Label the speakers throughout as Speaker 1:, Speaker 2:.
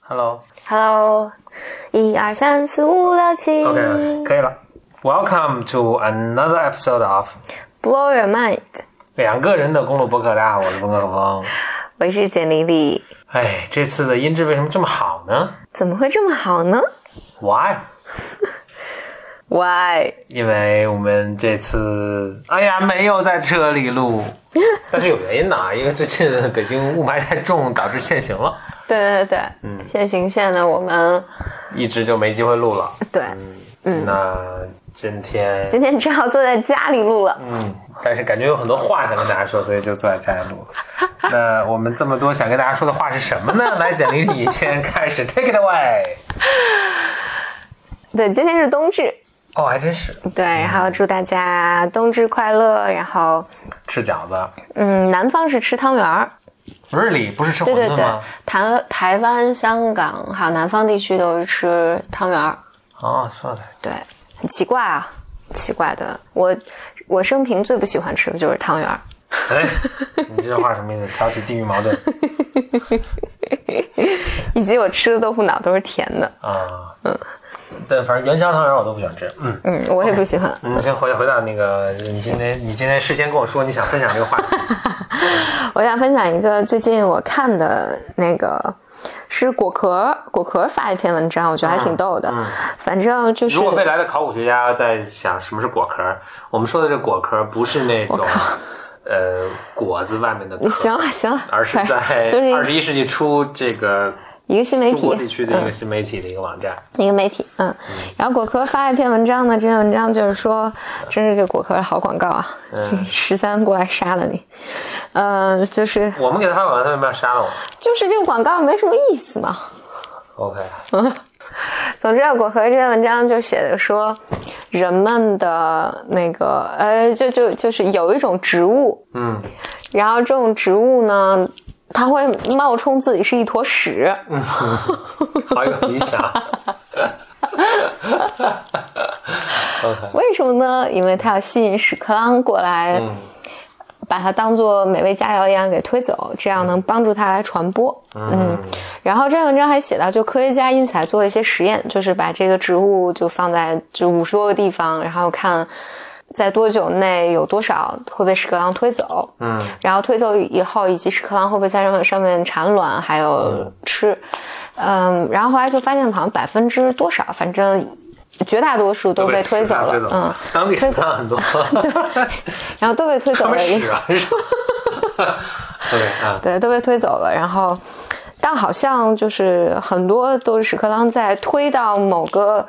Speaker 1: Hello。
Speaker 2: Hello，一二三四五六七
Speaker 1: OK，可以了。Welcome to another episode of
Speaker 2: ，Blow your mind，
Speaker 1: 两个人的公路博客。大家好，我是冯可峰。
Speaker 2: 我是简丽丽，
Speaker 1: 哎，这次的音质为什么这么好呢
Speaker 2: 怎么会这么好呢
Speaker 1: ？Why？
Speaker 2: ？Why？
Speaker 1: 因为我们这次，哎呀，没有在车里录，但是有原因的啊，因为最近北京雾霾太重，导致限行了，
Speaker 2: 对对对，嗯，限行线的我们，
Speaker 1: 一直就没机会录了。
Speaker 2: 对，
Speaker 1: 嗯，那今天，
Speaker 2: 今天只好坐在家里录了。
Speaker 1: 嗯，但是感觉有很多话想跟大家说，所以就坐在家里录。那我们这么多想跟大家说的话是什么呢？来，简历你先开始，take it away。
Speaker 2: 对，今天是冬至，
Speaker 1: 哦，还真是
Speaker 2: 对，然后祝大家冬至快乐。然后，
Speaker 1: 吃饺子
Speaker 2: 嗯，南方是吃汤圆儿，
Speaker 1: ，really 不是吃馄
Speaker 2: 对对
Speaker 1: 饨
Speaker 2: 对
Speaker 1: 哦吗？，
Speaker 2: 台台湾、香港还有南方地区都是吃汤圆儿。
Speaker 1: 哦，说的
Speaker 2: 对，很奇怪啊，奇怪的。我我生平最不喜欢吃的就是汤圆儿。
Speaker 1: 哎，你这话什么意思？挑起地域矛盾
Speaker 2: 以及我吃的豆腐脑都是甜的，
Speaker 1: 啊？嗯，对，反正元宵汤圆我都不喜欢吃。嗯，
Speaker 2: 嗯，我也不喜 欢。
Speaker 1: 你先回回到那个，你今天你今天事先跟我说你想分享这个话题，
Speaker 2: 我想分享一个最近我看的那个，是果壳果壳发一篇文章，我觉得还挺逗的。反正就是
Speaker 1: 嗯如果未来的考古学家在想什么是果壳，我们说的这个果壳不是那种呃果子外面的壳，
Speaker 2: 行了行了，
Speaker 1: 而是在
Speaker 2: 就是
Speaker 1: 二十一世纪初这个
Speaker 2: 一个新媒
Speaker 1: 中
Speaker 2: 体嗯
Speaker 1: 国地区的一个新媒体的一个网站。
Speaker 2: 一个媒体，嗯。然后果壳发一篇文章呢，这篇文章就是说，真是给果壳的好广告啊！
Speaker 1: 嗯
Speaker 2: 十三过来杀了你，嗯、就是
Speaker 1: 我们给他发广告，他为什么要杀了我们
Speaker 2: 就是这个广告没什么意思嘛。
Speaker 1: ？OK，
Speaker 2: 总之啊，果壳这篇文章就写的说，人们的那个呃，就就就是有一种植物，
Speaker 1: 嗯
Speaker 2: 然后这种植物呢，它会冒充自己是一坨屎，
Speaker 1: 嗯，好有理想。OK，
Speaker 2: 为什么呢？因为它要吸引屎壳郎过来，
Speaker 1: 嗯
Speaker 2: 把它当做美味佳肴一样给推走，这样能帮助它来传播。
Speaker 1: 嗯
Speaker 2: 然后这篇文章还写到，就科学家因此还做了一些实验，就是把这个植物就放在就五十多个地方，然后看在多久内有多少会被屎壳郎推走，
Speaker 1: 嗯
Speaker 2: 然后推走以后，以及屎壳郎会不会在上面上面产卵，还有吃，嗯然后后来就发现好像百分之多少，反正绝大多数都被推走了，嗯，
Speaker 1: 当地人看很多，
Speaker 2: 然后都被推走
Speaker 1: 他
Speaker 2: 了
Speaker 1: 们，屎啊。是吧 OK 啊，
Speaker 2: 对，都被推走了。然后，但好像就是很多都是屎壳郎在推到某个，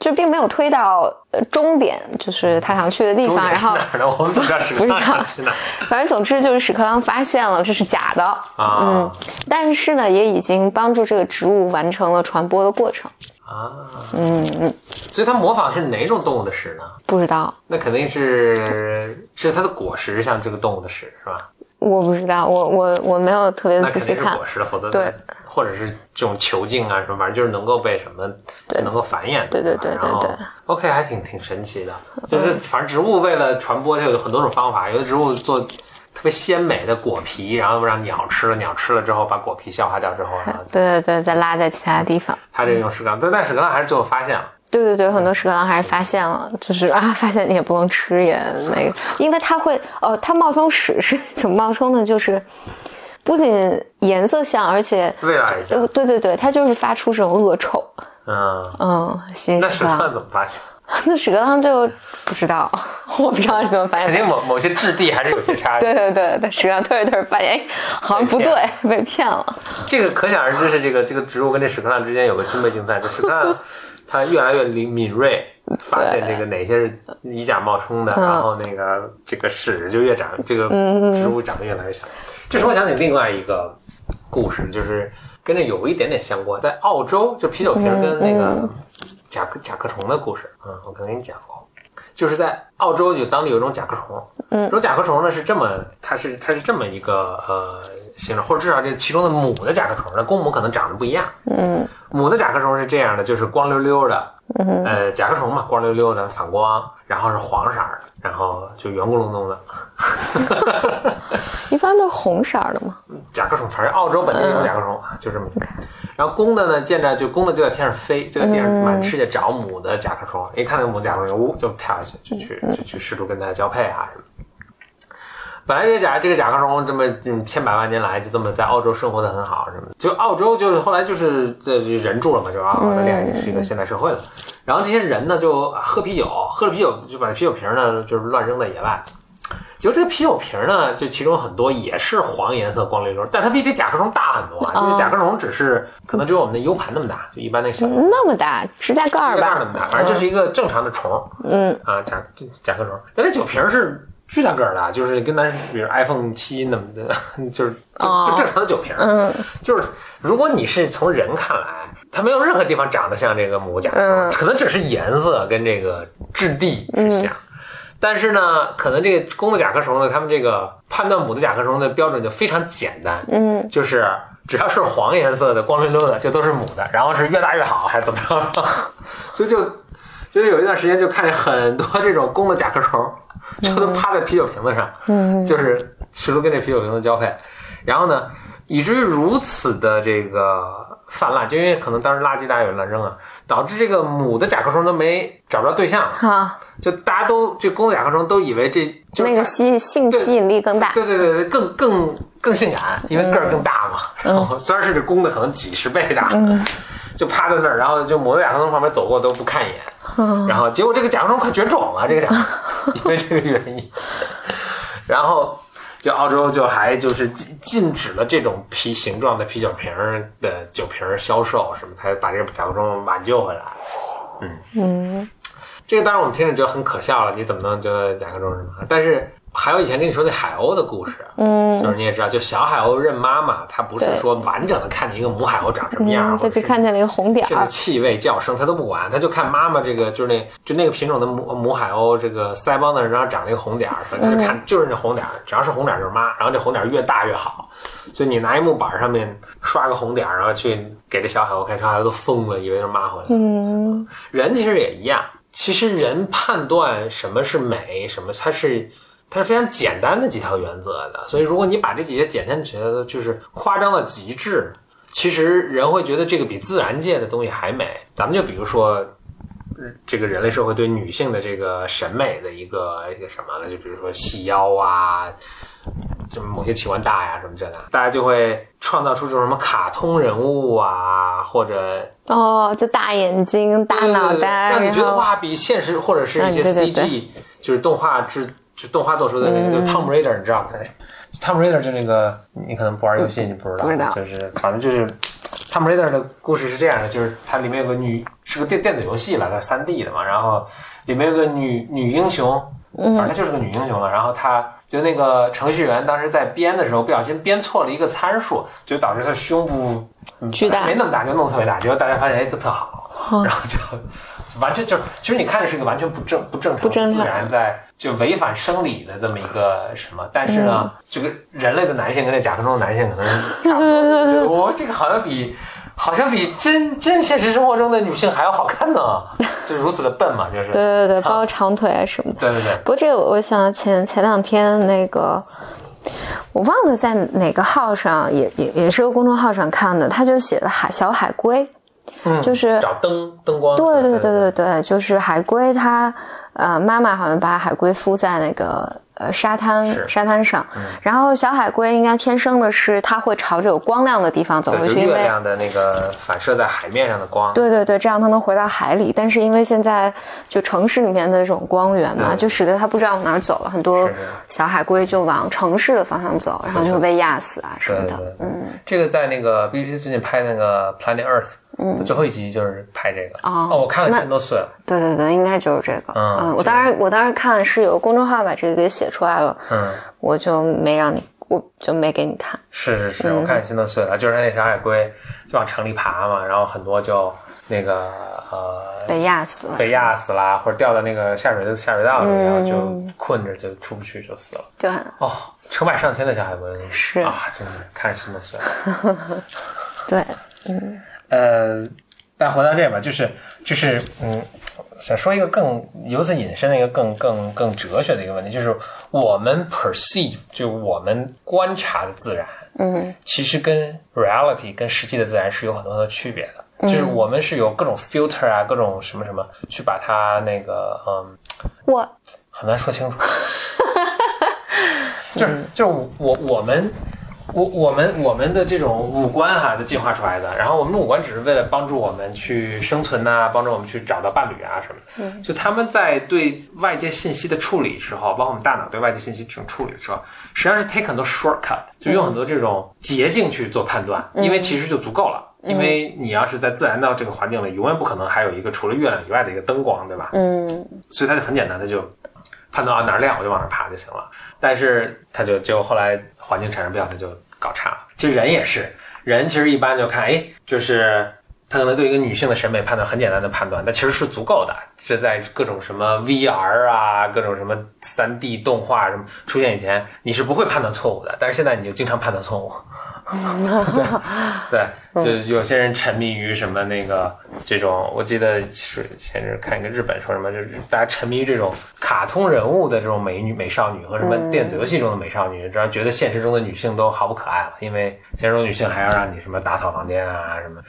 Speaker 2: 就并没有推到呃终点，就是他想去的地
Speaker 1: 终
Speaker 2: 方。
Speaker 1: 点是
Speaker 2: 然后
Speaker 1: 哪，儿呢？我们怎么知道屎
Speaker 2: 不知道
Speaker 1: 哪儿去哪儿？
Speaker 2: 反正总之就是屎壳郎发现了这是假的，嗯
Speaker 1: 啊
Speaker 2: 但是呢，也已经帮助这个植物完成了传播的过程。
Speaker 1: 啊，嗯所以它模仿是哪种动物的屎呢？
Speaker 2: 不知道，
Speaker 1: 那肯定是是它的果实，像这个动物的屎是吧？
Speaker 2: 我不知道，我我我没有特别
Speaker 1: 那
Speaker 2: 仔
Speaker 1: 肯
Speaker 2: 细
Speaker 1: 定是
Speaker 2: 看
Speaker 1: 果。实了，否则
Speaker 2: 对，
Speaker 1: 或者是这种球茎啊什么，反正就是能够被什么，
Speaker 2: 对
Speaker 1: 能够繁衍的
Speaker 2: 对
Speaker 1: 嘛。
Speaker 2: 对对对
Speaker 1: 然后
Speaker 2: 对嗯
Speaker 1: OK，还挺挺神奇的， 就是反正植物为了传播，它有很多种方法，有的植物做。特别鲜美的果皮，然后让鸟吃了，鸟吃了之后把果皮消化掉之后，然后
Speaker 2: 对对对，再拉在其他地方。
Speaker 1: 它这种屎壳郎，但但屎壳郎还是最后发现了，
Speaker 2: 对对对，很多屎壳郎还是发现了，就是啊，发现也不能吃，也那个，因为它会，哦，它冒充屎是怎么冒充的？就是不仅颜色像，而且，
Speaker 1: 味道也像
Speaker 2: 呃，，对对对，它就是发出这种恶臭，
Speaker 1: 嗯，
Speaker 2: 嗯，吸引
Speaker 1: 那屎
Speaker 2: 屎壳
Speaker 1: 壳
Speaker 2: 郎。
Speaker 1: 郎怎么发现？
Speaker 2: 那屎壳郎就不知道，我不知道是怎么发
Speaker 1: 肯
Speaker 2: 现的。
Speaker 1: 定某某些质地还是有些差
Speaker 2: 对
Speaker 1: 异。
Speaker 2: 对对，它屎壳郎推着推着发现，哎，好像不对，被骗了。
Speaker 1: 这个可想而知是这个这个植物跟这屎壳郎之间有个军备竞赛，这屎壳郎它越来越灵敏锐，发现这个哪些是以假冒充的，然后那个这个屎就越长，这个植物长得越来越小。这时候我想起另外一个故事，就是跟这有一点点相关，在澳洲就啤酒瓶跟那个甲壳甲壳虫的故事，嗯，我可能给你讲过。就是在澳洲有当地有一种甲壳虫，嗯，这种甲壳虫呢是这么，它是它是这么一个呃形状，或者至少这其中的母的甲壳虫，那公母可能长得不一样，
Speaker 2: 嗯，
Speaker 1: 母的甲壳虫是这样的，就是光溜溜的，呃，甲壳虫嘛，光溜溜的，反光，然后是黄色儿的，然后就圆咕隆咚的。
Speaker 2: 一般都是红色儿的嘛。
Speaker 1: 甲壳虫，反正澳洲本地有甲壳虫啊，就这么一个。然后公的呢，见着就公的就在天上飞，就在地上满世界找母的甲壳虫，一看到母甲壳虫，呜就跳下去，就去就去试图跟它交配啊什么。本来这个甲这个甲壳虫这么嗯千百万年来就这么在澳洲生活的很好什么的，就澳洲就是后来就是这就人住了嘛，就啊澳大利亚也是一个现代社会了。然后这些人呢就啊喝啤酒，喝了啤酒就把啤酒瓶呢就是乱扔在野外。结果这个啤酒瓶呢，就其中很多也是黄颜色光溜溜，但它比这甲壳虫大很多啊。
Speaker 2: 哦
Speaker 1: 就是甲壳虫只是可能只有我们的 U 盘那么大，就一般那小
Speaker 2: 嗯那么大，指甲盖儿
Speaker 1: 大那
Speaker 2: 吧，
Speaker 1: 么大，反正就是一个正常的虫儿
Speaker 2: 嗯，
Speaker 1: 啊，甲甲壳虫。但那酒瓶是巨大个儿的，就是跟咱比如 iPhone 七那么的， 就是就
Speaker 2: 哦
Speaker 1: 就正常的酒瓶。
Speaker 2: 嗯，
Speaker 1: 就是如果你是从人看来，它没有任何地方长得像这个母甲壳虫，
Speaker 2: 嗯
Speaker 1: 可能只是颜色跟这个质地是像。
Speaker 2: 嗯
Speaker 1: 但是呢，可能这个公的甲壳虫呢，它们这个判断母的甲壳虫的标准就非常简单，
Speaker 2: 嗯，
Speaker 1: 就是只要是黄颜色的、光溜溜的，就都是母的，然后是越大越好，还是怎么着？所以就 就是有一段时间就看见很多这种公的甲壳虫，就都趴在啤酒瓶子上，
Speaker 2: 嗯，
Speaker 1: 就是试图跟这啤酒瓶子交配。然后呢，以至于如此的这个泛滥，就因为可能当时垃圾大家有人乱扔啊，导致这个母的甲壳虫都没找不着对象了，
Speaker 2: 好，
Speaker 1: 就大家都这公的甲壳虫都以为这就是
Speaker 2: 那个吸性吸引力更大，
Speaker 1: 对对对对，更更更性感，因为个儿更大嘛。然 后虽然是这公的可能几十倍大， 就趴在那儿，然后就某个甲壳虫旁边走过都不看一眼，然后结果这个甲壳虫快绝种了，这个甲，因为这个原因， 然后。就澳洲就还就是禁禁止了这种啤形状的啤酒瓶儿的酒瓶儿销售，什么才把这个甲壳虫挽救回来。
Speaker 2: 嗯，
Speaker 1: 这个当然我们听着觉得很可笑了，你怎么能觉得甲壳虫是什么？但是还有以前跟你说那海鸥的故事，啊
Speaker 2: 嗯，
Speaker 1: 就是你也知道，就小海鸥认妈妈，它不是
Speaker 2: 对
Speaker 1: 说完整的看你一个母海鸥长什么样，
Speaker 2: 嗯，
Speaker 1: 或
Speaker 2: 他
Speaker 1: 者
Speaker 2: 就是看见了一个红点
Speaker 1: 甚至
Speaker 2: 儿，
Speaker 1: 气味、叫声，它都不管，它就看妈妈这个，就是那就那个品种的母母海鸥，这个腮帮子上长了一个红点儿，它
Speaker 2: 嗯
Speaker 1: 就看就是那红点儿，只要是红点儿就是妈，然后这红点儿越大越好。所以你拿一木板上面刷个红点儿，然后去给这小海鸥看，小海鸥都疯了，以为是妈回来了。
Speaker 2: 嗯，
Speaker 1: 人其实也一样，其实人判断什么是美，什么它是它是非常简单的几条原则的。所以如果你把这几些简单的觉得就是夸张到极致，其实人会觉得这个比自然界的东西还美。咱们就比如说。这个人类社会对女性的这个审美的一个一个什么呢？就比如说细腰啊，这某些器官大呀什么这那，大家就会创造出这种什么卡通人物啊，或者
Speaker 2: 哦，就大眼睛、大
Speaker 1: 对对对
Speaker 2: 脑袋，
Speaker 1: 让你觉得
Speaker 2: 然后
Speaker 1: 哇，比现实或者是一些
Speaker 2: 嗯对对
Speaker 1: CG，、
Speaker 2: 对嗯
Speaker 1: 就是动画制，就动画做出的那个，就 Tom Raider，你知道吗？Tom Raider 就那个，你可能不玩游戏，你不知道，
Speaker 2: 不知道
Speaker 1: 就是反正就是。Tom Raider 的故事是这样的，就是它里面有个女，是个电电子游戏来的，三 D 的嘛，然后里面有个女女英雄，
Speaker 2: 嗯
Speaker 1: 反正她就是个女英雄了。然后她就那个程序员当时在编的时候，不小心编错了一个参数，就导致她胸部嗯
Speaker 2: 巨大
Speaker 1: 没那么大，就弄特别大。结果大家发现，哎，这特好，
Speaker 2: 哦
Speaker 1: 然后就就完全就是，其实你看着是一个完全不正不正常、
Speaker 2: 不正常
Speaker 1: 自然在就违反生理的这么一个什么，但是呢，
Speaker 2: 嗯
Speaker 1: 这个人类的男性跟这甲壳虫的男性可能差不多， 就觉得哦，这个好像比好像比真真现实生活中的女性还要好看呢， 就如此的笨嘛，就是
Speaker 2: 对对对，包括长腿啊什么的。
Speaker 1: 对对对，
Speaker 2: 不过这个我想前前两天那个，我忘了在哪个号上，也也也是个公众号上看的，他就写了海小海龟，
Speaker 1: 嗯，
Speaker 2: 就是
Speaker 1: 找灯灯光，
Speaker 2: 对对对
Speaker 1: 对
Speaker 2: 对对，就是海龟它，呃，妈妈好像把海龟孵在那个呃沙
Speaker 1: 是嗯
Speaker 2: 滩沙滩上，然后小海龟应该天生的是它会朝着有光亮的地方走回
Speaker 1: 对，就
Speaker 2: 去，因
Speaker 1: 月
Speaker 2: 为
Speaker 1: 亮的那个反射在海面上的光，
Speaker 2: 对对对，这样它能回到海里。但是因为现在就城市里面的这种光源嘛，
Speaker 1: 对
Speaker 2: 就使得它不知道往哪儿走了，很多
Speaker 1: 是是
Speaker 2: 小海龟就往城市的方向走，然后就会被压死啊什
Speaker 1: 对
Speaker 2: 么
Speaker 1: 对
Speaker 2: 的。
Speaker 1: 对，嗯，这个在那个 BBC 最近拍那个 Planet Earth，嗯，最后一集就是拍这个，
Speaker 2: 哦
Speaker 1: 我看了
Speaker 2: 那
Speaker 1: 心都碎了。
Speaker 2: 对对对，应该就是这个。
Speaker 1: 嗯
Speaker 2: 我
Speaker 1: 这
Speaker 2: 当时我当时看是有个公众号把这个给写出来了，
Speaker 1: 嗯，
Speaker 2: 我就没让你，我就没给你看。
Speaker 1: 是是是，
Speaker 2: 嗯
Speaker 1: 我看心都碎了。就是那小海龟就往城里爬嘛，然后很多就那个呃
Speaker 2: 被压死了，嗯
Speaker 1: 被压死啦，或者掉到那个下水的下水道里，然后就困着就出不去就死了。
Speaker 2: 就很
Speaker 1: 哦，成百上千的小海龟
Speaker 2: 是
Speaker 1: 啊，真是看着心都碎了。
Speaker 2: 对，
Speaker 1: 呃，但回到这吧，就是就是嗯，想说一个更由此引申的一个更更更哲学的一个问题，就是我们 perceive 就我们观察的自然，
Speaker 2: 嗯，
Speaker 1: 其实跟 reality 跟实际的自然是有很多的区别的。就是我们是有各种 filter 啊，各种什么什么去把它那个嗯，
Speaker 2: 我
Speaker 1: 很难说清楚。 就是就是我我们我我们我们的这种五官哈、是进化出来的，然后我们的五官只是为了帮助我们去生存呐、帮助我们去找到伴侣啊什么的。就他们在对外界信息的处理时候，包括我们大脑对外界信息这种处理的时候，实际上是 take 很多 shortcut，就用很多这种捷径去做判断，因为其实就足够了。因为你要是在自然的这个环境里，永远不可能还有一个除了月亮以外的一个灯光，对吧？
Speaker 2: 嗯
Speaker 1: 所以它就很简单，它就判断啊哪儿亮我就往哪儿爬就行了。但是它就就后来环境产生变化，它就搞差了。其实人也是，人其实一般就看，哎，就是他可能对一个女性的审美判断很简单的判断，那其实是足够的，是在各种什么 VR 啊，各种什么三 D 动画什么出现以前，你是不会判断错误的，但是现在你就经常判断错误。对，
Speaker 2: 嗯
Speaker 1: 对，就有些人沉迷于什么那个这种，我记得是前阵看一个日本说什么，就是大家沉迷于这种卡通人物的这种美女、美少女和什么
Speaker 2: 嗯
Speaker 1: 电子游戏中的美少女，这样觉得现实中的女性都毫不可爱了，因为现实中女性还要让你什么打扫房间啊什么，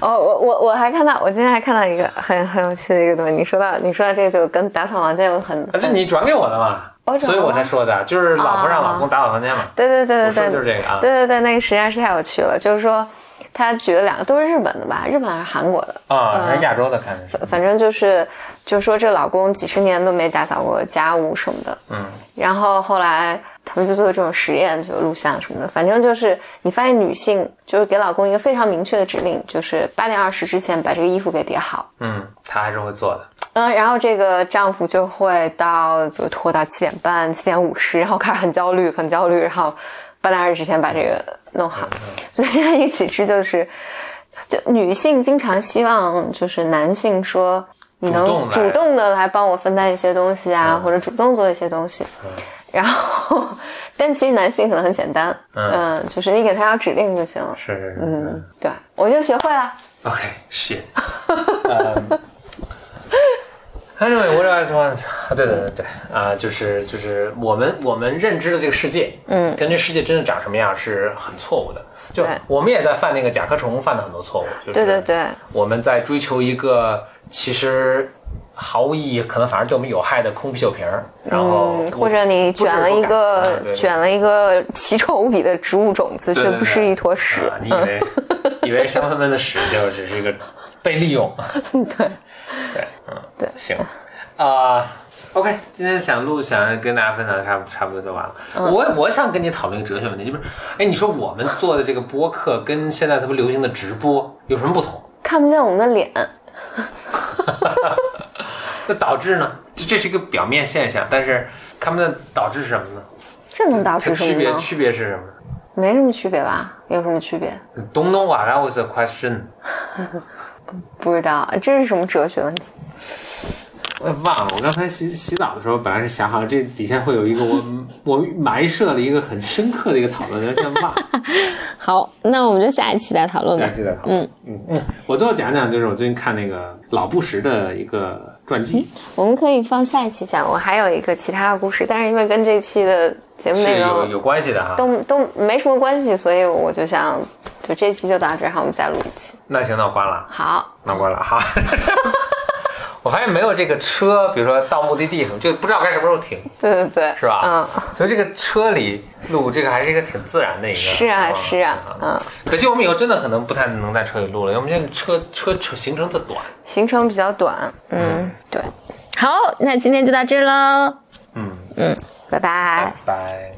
Speaker 2: 哦，我我我还看到，我今天还看到一个很很有趣的一个东西。你说到你说到这个，就跟打扫房间有很
Speaker 1: 啊，这你转给我的嘛，
Speaker 2: 我转
Speaker 1: 所以我才说的，就是老婆让老公打扫房间嘛，
Speaker 2: 对对对
Speaker 1: 我说
Speaker 2: 对
Speaker 1: 就是，
Speaker 2: 对
Speaker 1: 这个啊
Speaker 2: 对对对，那个实在是太有趣了。就是说，他举了两个都是日本的吧，日本还是韩国的，
Speaker 1: 啊，还是
Speaker 2: 嗯
Speaker 1: 亚洲的看的是，
Speaker 2: 反正就是就说这老公几十年都没打扫过家务什么的，
Speaker 1: 嗯，
Speaker 2: 然后后来他们就做这种实验，就录像什么的，反正就是你发现女性就是给老公一个非常明确的指令，就是八点二十之前把这个衣服给叠好。
Speaker 1: 嗯，他还是会做的，
Speaker 2: 嗯，然后这个丈夫就会到，比如拖到七点半、七点五十，然后开始很焦虑、很焦虑，然后半大二之前把这个弄好。
Speaker 1: 嗯
Speaker 2: 所以他一启示就是，就女性经常希望就是男性说你能
Speaker 1: 主动来嗯
Speaker 2: 主动的来帮我分担一些东西啊，或者主动做一些东西。然后，但其实男性可能很简单，
Speaker 1: 嗯
Speaker 2: 嗯，就是你给他要指令就行了。
Speaker 1: 是是是，
Speaker 2: 嗯，对，我就学会了。
Speaker 1: Okay, shit. Um, anyway, what else was? 啊对对对对，啊、就是就是我们我们认知的这个世界，嗯，跟这世界真的长什么样是很错误的。就
Speaker 2: 对
Speaker 1: 我们也在犯那个甲壳虫犯的很多错误，就是
Speaker 2: 对对对，
Speaker 1: 我们在追求一个其实毫无意义，可能反而对我们有害的空啤酒瓶儿，然后
Speaker 2: 嗯，
Speaker 1: 我
Speaker 2: 或者你
Speaker 1: 不是
Speaker 2: 卷了
Speaker 1: 说
Speaker 2: 一
Speaker 1: 感
Speaker 2: 个
Speaker 1: 情啊对对
Speaker 2: 卷了一个奇丑无比的植物种子，
Speaker 1: 对
Speaker 2: 却
Speaker 1: 对
Speaker 2: 不是一坨屎
Speaker 1: 啊。你以 为以为香喷喷的屎就只是一个被利用，
Speaker 2: 对，
Speaker 1: 对，嗯，
Speaker 2: 对
Speaker 1: 行，啊、o k 今天想录想跟大家分享的差不差不多就完了。
Speaker 2: 嗯
Speaker 1: 我我想跟你讨论一个哲学问题，就是，哎，你说我们做的这个播客跟现在特别流行的直播有什么不同？
Speaker 2: 看不见我们的脸。
Speaker 1: 那导致呢？这这是一个表面现象，但是他们的导致是什么呢？
Speaker 2: 这能导
Speaker 1: 它
Speaker 2: 致
Speaker 1: 区
Speaker 2: 什么
Speaker 1: 别
Speaker 2: 呢？
Speaker 1: 区别是什么呢
Speaker 2: 没什么区别吧？有什么区别？
Speaker 1: ？Don't know what that was a question，
Speaker 2: 不知道，这是什么哲学问题？
Speaker 1: 我也忘了。我刚才洗洗澡的时候，本来是想好了这底下会有一个我我埋设了一个很深刻的一个讨论，但是现在忘了。
Speaker 2: 好，那我们就下一期来讨论
Speaker 1: 大
Speaker 2: 吧
Speaker 1: 家。记得讨论。嗯嗯，我最后讲讲，就是我最近看那个老布什的一个传记，
Speaker 2: 我们可以放下一期讲。我还有一个其他的故事，但是因为跟这期的节嗯目内
Speaker 1: 是有
Speaker 2: 容
Speaker 1: 有关系的哈。
Speaker 2: 都都没什么关系，所以我就想，就这期就到这儿，然后我们再录一期。
Speaker 1: 那行，那我关了，
Speaker 2: 好，
Speaker 1: 那我关了哈。 我发现没有这个车，比如说到目的地什么，就不知道该什么时候停，
Speaker 2: 对对对，
Speaker 1: 是吧？
Speaker 2: 嗯。，
Speaker 1: 所以这个车里录这个还是一个挺自然的一个。
Speaker 2: 是啊，
Speaker 1: 嗯
Speaker 2: 是啊，嗯，
Speaker 1: 可惜我们以后真的可能不太能在车里录了，因为我们现在车车车行程特短。
Speaker 2: 行程比较短，嗯，对，好，那今天就到这儿喽，
Speaker 1: 嗯，
Speaker 2: 拜
Speaker 1: 拜
Speaker 2: 拜
Speaker 1: 拜。